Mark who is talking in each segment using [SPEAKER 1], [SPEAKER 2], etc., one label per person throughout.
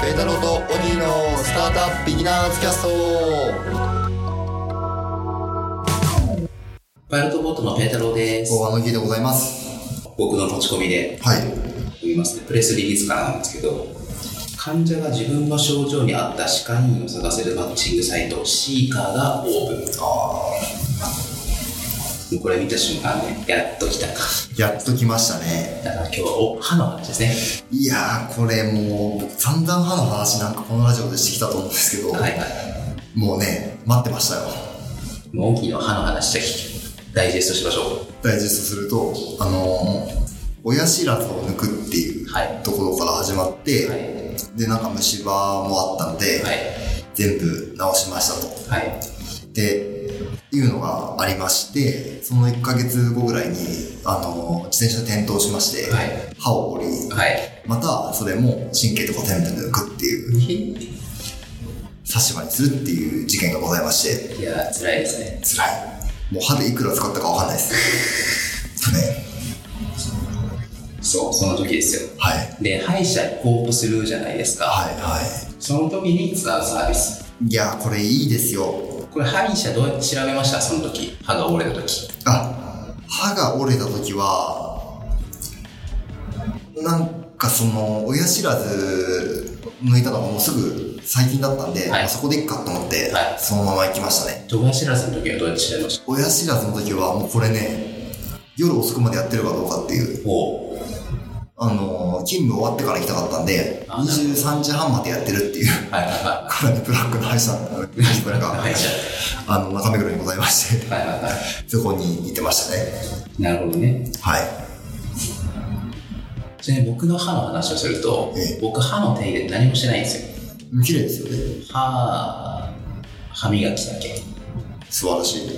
[SPEAKER 1] ペータローとオニーのスタートアップビギナーズキャスト
[SPEAKER 2] パイロットボットのペータローです。
[SPEAKER 1] 大和の木でございます。
[SPEAKER 2] 僕の持ち込みで
[SPEAKER 1] はい。
[SPEAKER 2] 言いますね。プレスリリースからなんですけど、患者が自分の症状に合った歯科医院を探せるマッチングサイト、シーカーがオープン。もうこれ見た瞬間ね、やっと来たか。
[SPEAKER 1] やっと来ましたね。
[SPEAKER 2] だから今日はお歯の話です
[SPEAKER 1] いやー、これもう、僕散々歯の話なんかこのラジオでしてきたと思うんですけど、
[SPEAKER 2] ね。はいはい。
[SPEAKER 1] もうね、待ってましたよ。
[SPEAKER 2] もう大きいの歯の話だけ、ダイジェストしましょ
[SPEAKER 1] ダイジェストすると、あのー、親知らずを抜くっていう
[SPEAKER 2] はい
[SPEAKER 1] ところから始まっ
[SPEAKER 2] う。
[SPEAKER 1] て、
[SPEAKER 2] はい。
[SPEAKER 1] で、なんか虫歯もあったので、
[SPEAKER 2] はい。
[SPEAKER 1] 全部直しましたと。
[SPEAKER 2] はい。
[SPEAKER 1] っていうのがありましてその1ヶ月後ぐらいにあの自転車で転倒しまして、
[SPEAKER 2] はい
[SPEAKER 1] 歯を折り
[SPEAKER 2] はい。
[SPEAKER 1] またそれも神経とか全部抜くっていう差し歯にするっていう事件がございまして
[SPEAKER 2] いや、辛いですね。
[SPEAKER 1] 辛いもう歯でいくら使ったかわかんないですね
[SPEAKER 2] そう、その時ですよ。
[SPEAKER 1] はい
[SPEAKER 2] で、歯医者行こうとするじゃないですか。
[SPEAKER 1] はいは
[SPEAKER 2] その時に使うサービス。
[SPEAKER 1] いいやーこれいいですよ
[SPEAKER 2] これ、歯医者どうやって調べましたその時。歯が折れた時。
[SPEAKER 1] あ歯が折れた時はなんかその親知らず抜いたのがもうすぐ最近だったんで、
[SPEAKER 2] はい
[SPEAKER 1] あそこでいっかと思って、
[SPEAKER 2] はい
[SPEAKER 1] そのまま行きましたね
[SPEAKER 2] 親知らずの時はどうやって調べました
[SPEAKER 1] 親知らずの時はもうこれね夜遅くまでやってるかどうかっていう
[SPEAKER 2] おう
[SPEAKER 1] あのー勤務終わってから行きたかったんで
[SPEAKER 2] あなるほ
[SPEAKER 1] 23時半までやってるっていう
[SPEAKER 2] はいはいは
[SPEAKER 1] からねブラックの歯医者さん
[SPEAKER 2] い。
[SPEAKER 1] が
[SPEAKER 2] 歯医者。
[SPEAKER 1] あの中目黒にございまして
[SPEAKER 2] はいはいは
[SPEAKER 1] そこに行ってましたね
[SPEAKER 2] い。なるほどね。
[SPEAKER 1] はい
[SPEAKER 2] ちなみに僕の歯の話をすると
[SPEAKER 1] ええ、
[SPEAKER 2] 僕、歯の手入れ何もしてないんですよ。
[SPEAKER 1] 綺麗ですよね
[SPEAKER 2] 歯、歯磨きだけ。
[SPEAKER 1] 素晴らしい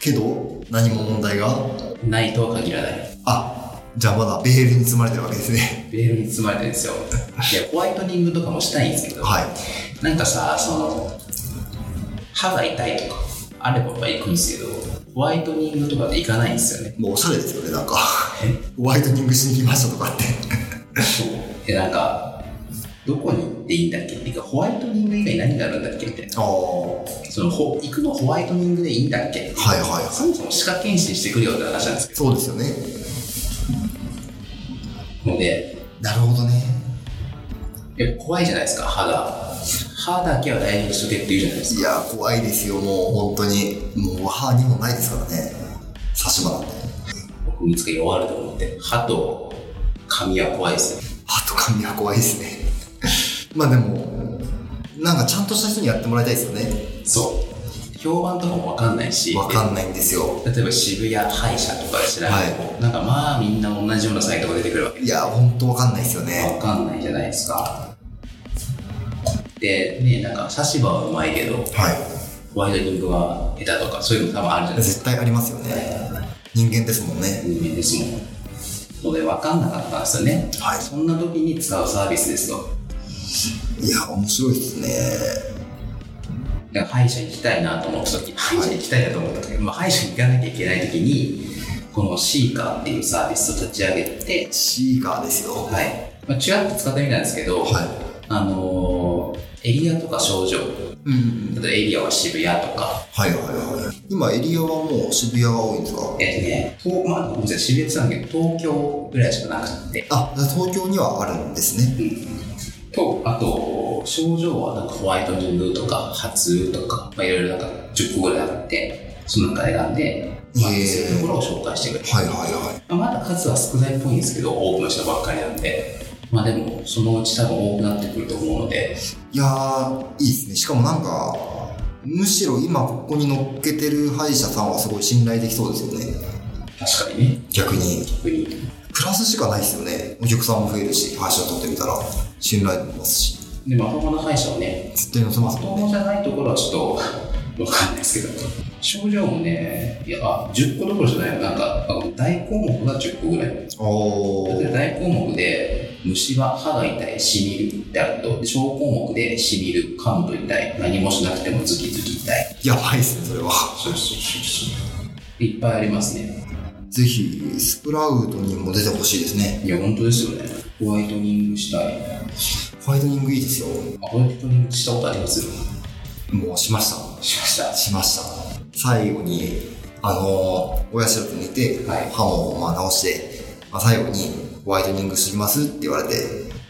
[SPEAKER 1] けど何も問題が
[SPEAKER 2] ないとは限らない。
[SPEAKER 1] あじゃあまだベールに包まれてるわけです ね
[SPEAKER 2] ベールに包まれてる んですよ。いや、ホワイトニングとかもしたいんですけど、
[SPEAKER 1] はい
[SPEAKER 2] なんかさその歯が痛いとかあれば行くんですけどホワイトニングとかで行かないんですよね
[SPEAKER 1] もうおしゃれですよねなんかホワイトニングしに来ましたとかって
[SPEAKER 2] でなんかどこに行っていいんだっけっていうかホワイトニング以外何があるんだっけみたい
[SPEAKER 1] あ
[SPEAKER 2] な
[SPEAKER 1] あはい
[SPEAKER 2] そのほ行くのホワイトニングでいいんだっけ
[SPEAKER 1] はいは
[SPEAKER 2] そもそも歯科検診してくるよって話なんですけ
[SPEAKER 1] いそうですよね
[SPEAKER 2] どので
[SPEAKER 1] なるほどね
[SPEAKER 2] いや怖いじゃないですか歯が歯だけは大丈夫にしとけって言うじゃないです
[SPEAKER 1] い
[SPEAKER 2] か
[SPEAKER 1] やー怖いですよもう本当にもう歯にもないですからね差し歯なんで
[SPEAKER 2] 僕見つけ弱ると思って歯と髪は怖いですね
[SPEAKER 1] 歯と髪は怖いですね まあでもなんかちゃんとした人にやってもらいたいですよね
[SPEAKER 2] そう評判とかも分かんないし
[SPEAKER 1] わかんないんですよ
[SPEAKER 2] 例えば渋谷歯医者とかで調べても、
[SPEAKER 1] は
[SPEAKER 2] なんかまあみんな同じようなサイトが出てくるわけ
[SPEAKER 1] いやー本当わかんないですよね
[SPEAKER 2] わかんないじゃないですかでねなんか刺し歯はうまいけど
[SPEAKER 1] は
[SPEAKER 2] ホワイトニングは下手とかそういうの多分あるじゃない
[SPEAKER 1] い
[SPEAKER 2] です
[SPEAKER 1] 絶
[SPEAKER 2] か
[SPEAKER 1] 対ありますよね人間ですもんね
[SPEAKER 2] 人間ですもんので分かんなかったんですよね
[SPEAKER 1] はい
[SPEAKER 2] そんな時に使うサービスですと
[SPEAKER 1] いや面白いですね
[SPEAKER 2] だから歯医者行きたいなと思った時歯医者行きたいなと思った時、まあ、歯医者に行かなきゃいけない時にこのシーカーっていうサービスを立ち上げて
[SPEAKER 1] シーガーですよは
[SPEAKER 2] はい、まあ、ちらっと使ってみたんですけど、
[SPEAKER 1] い
[SPEAKER 2] あのーエリアとか症状
[SPEAKER 1] うん
[SPEAKER 2] 例えばエリアは渋谷とか
[SPEAKER 1] はいはいはい今エリアはもう渋谷が多いんですか
[SPEAKER 2] えっとね東,、まあ、ごめんなさい渋谷って言ってたんだけど東京ぐらいしかなくて
[SPEAKER 1] あ東京にはあるんですね
[SPEAKER 2] とあと症状はなんかホワイトニングとか発とか、まあ、いろいろなんか10個ぐらいあってその中選んで、まあ、そう
[SPEAKER 1] へー
[SPEAKER 2] いうところを紹介してくれる、
[SPEAKER 1] はいはいはい
[SPEAKER 2] まあ、まだ数は少ないっぽいんですけど多くの人ばっかりなんでまあでもそのうち多分多くなってくると思うので
[SPEAKER 1] いやーいいですねしかもなんかむしろ今ここに乗っけてる歯医者さんはすごい信頼できそうですよね
[SPEAKER 2] 確かにね
[SPEAKER 1] 逆に
[SPEAKER 2] 特に
[SPEAKER 1] プラスしかないですよねお客さんも増えるし歯医者取ってみたら信頼もますし
[SPEAKER 2] でまともな歯医者をね
[SPEAKER 1] 絶対載せま
[SPEAKER 2] ま
[SPEAKER 1] す
[SPEAKER 2] と
[SPEAKER 1] もんね
[SPEAKER 2] もじゃないところはちょっとわかんないですけど症状もねいやあ10個どころじゃないなんかあの大項目が10個ぐらい例
[SPEAKER 1] おー
[SPEAKER 2] えば大項目で虫歯歯が痛いしみるってあるとで小項目でしみる感度痛い何もしなくてもズキズキ痛い
[SPEAKER 1] やばいですねそれは
[SPEAKER 2] そうそうそうそういっぱいありますね
[SPEAKER 1] ぜひスプラウトにも出てほしいですね
[SPEAKER 2] いや本当ですよねホワイトニングしたい。あ、
[SPEAKER 1] ホワイトニングいいですよ。
[SPEAKER 2] ホワイトニングしたことありますし
[SPEAKER 1] もうしました。
[SPEAKER 2] ました。
[SPEAKER 1] しました。最後に、あのー、親知らず抜いて、
[SPEAKER 2] はい
[SPEAKER 1] 歯もまあ直して、まあ、最後に、ホワイトニングしますって言われて、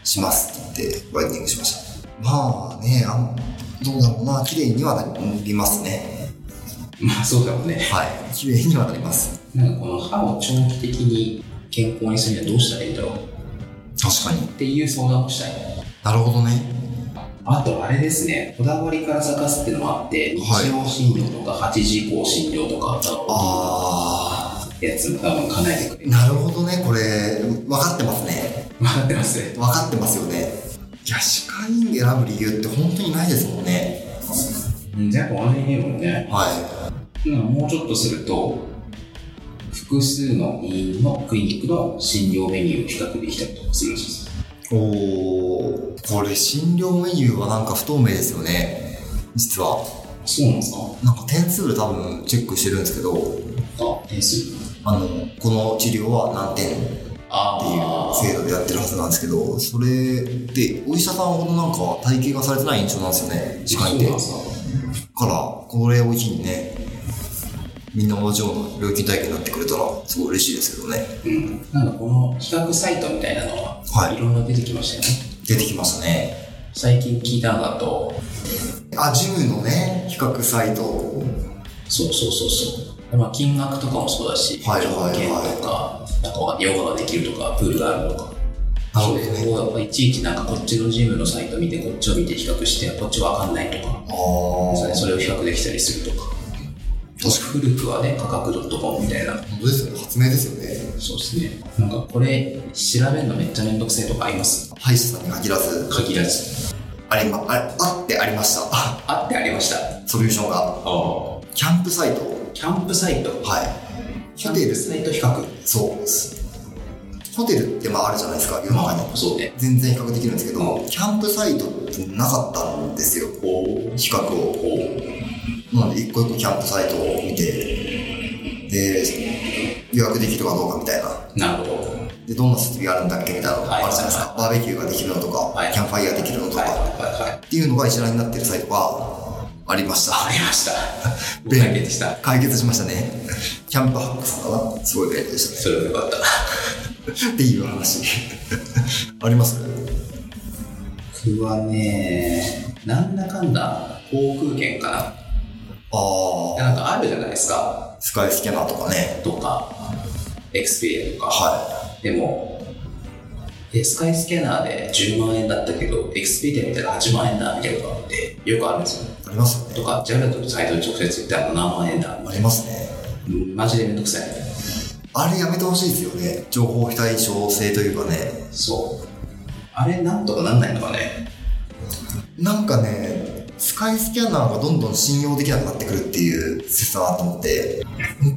[SPEAKER 1] しますって言って、ホワイトニングしました。まあね、あんどうだろうな、綺麗にはなりますね。
[SPEAKER 2] まあそうだろうね。
[SPEAKER 1] はい。綺麗にはなります。
[SPEAKER 2] なんかこの歯を長期的に健康にするにはどうしたらいいんだろう
[SPEAKER 1] 確かに。
[SPEAKER 2] っていう相談をしたい。
[SPEAKER 1] なるほどね。
[SPEAKER 2] あとあれですね、こだわりから咲かすっていうのもあって、日曜診療とか8時以降診療とか、
[SPEAKER 1] あ
[SPEAKER 2] やつも多分叶えてくれ
[SPEAKER 1] ー、
[SPEAKER 2] る。
[SPEAKER 1] なるほどね、これ、分かってますね。
[SPEAKER 2] 分かってますね。
[SPEAKER 1] 分かってますよねいや歯科医院で選ぶ理由って本当にないですもんね
[SPEAKER 2] うんじゃあこの辺にもね、
[SPEAKER 1] は
[SPEAKER 2] うんもうちょっとすると、複数の医院のクリニックの診療メニューを比較できたりとかするんです
[SPEAKER 1] い
[SPEAKER 2] よ。
[SPEAKER 1] おおこれ診療メニューはなんか不透明ですよね実は
[SPEAKER 2] そうなんですか
[SPEAKER 1] なんか点数で多分チェックしてるんですけど
[SPEAKER 2] あ、点数
[SPEAKER 1] あのこの治療は何点っていう
[SPEAKER 2] ああ、
[SPEAKER 1] 制度でやってるはずなんですけどそれでお医者さんほどなんか体系がされてない印象なんですよね時間っ
[SPEAKER 2] そう
[SPEAKER 1] て
[SPEAKER 2] なん
[SPEAKER 1] か
[SPEAKER 2] ですから
[SPEAKER 1] これを機にねみんな同じような料金体系になってくれたらすごい嬉しいですけどね
[SPEAKER 2] うん。なんかこの比較サイトみたいなのは、
[SPEAKER 1] はい
[SPEAKER 2] いろんな出てきましたよね。
[SPEAKER 1] 出てきましたね
[SPEAKER 2] 最近聞いたのだと、
[SPEAKER 1] あ、ジムのね、比較サイト。
[SPEAKER 2] そうそうそうそう。まあ、金額とかもそうだし、
[SPEAKER 1] はいはいはい
[SPEAKER 2] 条件とか、なんかヨガができるとか、プールがあるとか。
[SPEAKER 1] なるほど
[SPEAKER 2] そう
[SPEAKER 1] ね
[SPEAKER 2] いうのをやっぱいちいちなんかこっちのジムのサイト見て、こっちを見て比較して、こっちわかんないとか、
[SPEAKER 1] ああ
[SPEAKER 2] それを比較できたりするとか。古くはね、価格 .com みたいな。
[SPEAKER 1] 本当ですよね。発明ですよね。
[SPEAKER 2] そうですね。なんかこれ、調べるのめっちゃめんどくせえとかあります
[SPEAKER 1] 歯医者さんに限らず、
[SPEAKER 2] 限らず。
[SPEAKER 1] ありま、ああってありました。 あ
[SPEAKER 2] あってありました。あ
[SPEAKER 1] ソリューションが。
[SPEAKER 2] あ。
[SPEAKER 1] キャンプサイト。
[SPEAKER 2] キャンプサイト。
[SPEAKER 1] はい。
[SPEAKER 2] キャ
[SPEAKER 1] ホ
[SPEAKER 2] ン
[SPEAKER 1] テ
[SPEAKER 2] プ
[SPEAKER 1] ル、
[SPEAKER 2] サイト比較。
[SPEAKER 1] そうです。ホテルってまああるじゃないですか、世の中に。
[SPEAKER 2] そうね。
[SPEAKER 1] 全然比較できるんですけど、
[SPEAKER 2] う
[SPEAKER 1] キャンプサイトってなかったんですよ。
[SPEAKER 2] おお。
[SPEAKER 1] 比較を。
[SPEAKER 2] おお。
[SPEAKER 1] なので、一個一個キャンプサイトを見て、で、予約できるかどうかみたいな。
[SPEAKER 2] なるほど。
[SPEAKER 1] でどんな設備があるんだっけみたいなのがあるじゃないですか、バーベキューができるのとか、
[SPEAKER 2] はい
[SPEAKER 1] キャンプファイヤーできるのとか、
[SPEAKER 2] はいはいはい。
[SPEAKER 1] っていうのが一覧になってるサイトがありました
[SPEAKER 2] ありました。
[SPEAKER 1] 便利
[SPEAKER 2] 解決した。
[SPEAKER 1] 解決しましたねキャンプハックさんかなすごい便利でし
[SPEAKER 2] それはよかっ
[SPEAKER 1] た
[SPEAKER 2] た。
[SPEAKER 1] ねっていう話 あります
[SPEAKER 2] 僕はね、なんだかんだ航空券か
[SPEAKER 1] あ
[SPEAKER 2] な。なんかあるじゃないですか。
[SPEAKER 1] あスカイスキャナーとかね
[SPEAKER 2] とか、エクスペリアとか。
[SPEAKER 1] は
[SPEAKER 2] でも、えスカイスキャナーで10万円だったけど、エクスペリアみたいな8万円だみたいなのがあって、よくあるんですよ。
[SPEAKER 1] いありますよね
[SPEAKER 2] とか、JAL とサイトに直接行ったら7万円だ。
[SPEAKER 1] ありますね
[SPEAKER 2] うんマジでめんどくさい。
[SPEAKER 1] あれやめてほしいですよね情報非対称性というかね
[SPEAKER 2] そう。あれ、なんとかなんないのかね。
[SPEAKER 1] なんかねスカイスキャナーがどんどん信用できなくなってくるっていう説だなと思って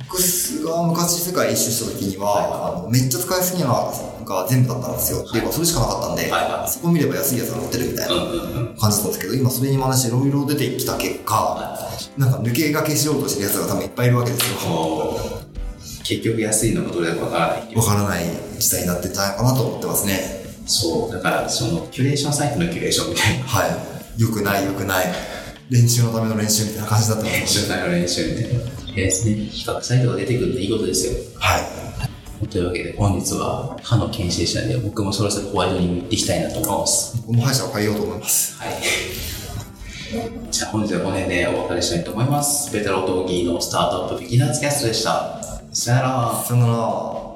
[SPEAKER 1] 僕が昔世界一周した時には、あのめっちゃスカイスキャナーが全部だったんですよ、
[SPEAKER 2] はい
[SPEAKER 1] でそれしかなかったんで、
[SPEAKER 2] はいはい
[SPEAKER 1] そこ見れば安いやつが載ってるみたい
[SPEAKER 2] うん
[SPEAKER 1] な
[SPEAKER 2] うんうん。
[SPEAKER 1] 感じだったんですけど今それに真似していろいろ出てきた結果、なんか抜け駆けしようとしてるやつが多分いっぱいいるわけですよ
[SPEAKER 2] こう結局安いのかどれだかわからないっていう
[SPEAKER 1] わからない時代になってんじゃないかなと思ってますね
[SPEAKER 2] そうだからそのキュレーションサイトのキュレーションみたいな
[SPEAKER 1] はいよくないよくない練習のための練習みたいな感じだったと思い
[SPEAKER 2] 練
[SPEAKER 1] ます
[SPEAKER 2] 習内の練習みたいなえーですね比較サイトが出てくるのいいことですよ
[SPEAKER 1] はい
[SPEAKER 2] というわけで本日は歯の検診したんで僕もそろそろホワイトニング行っていきたいなと思います
[SPEAKER 1] 僕も歯医者を変えようと思います
[SPEAKER 2] はいじゃあ本日はこの辺でお別れしたいと思いますベテラン闘技のスタートアップビギナーズキャストでしたさよなら
[SPEAKER 1] さよなら。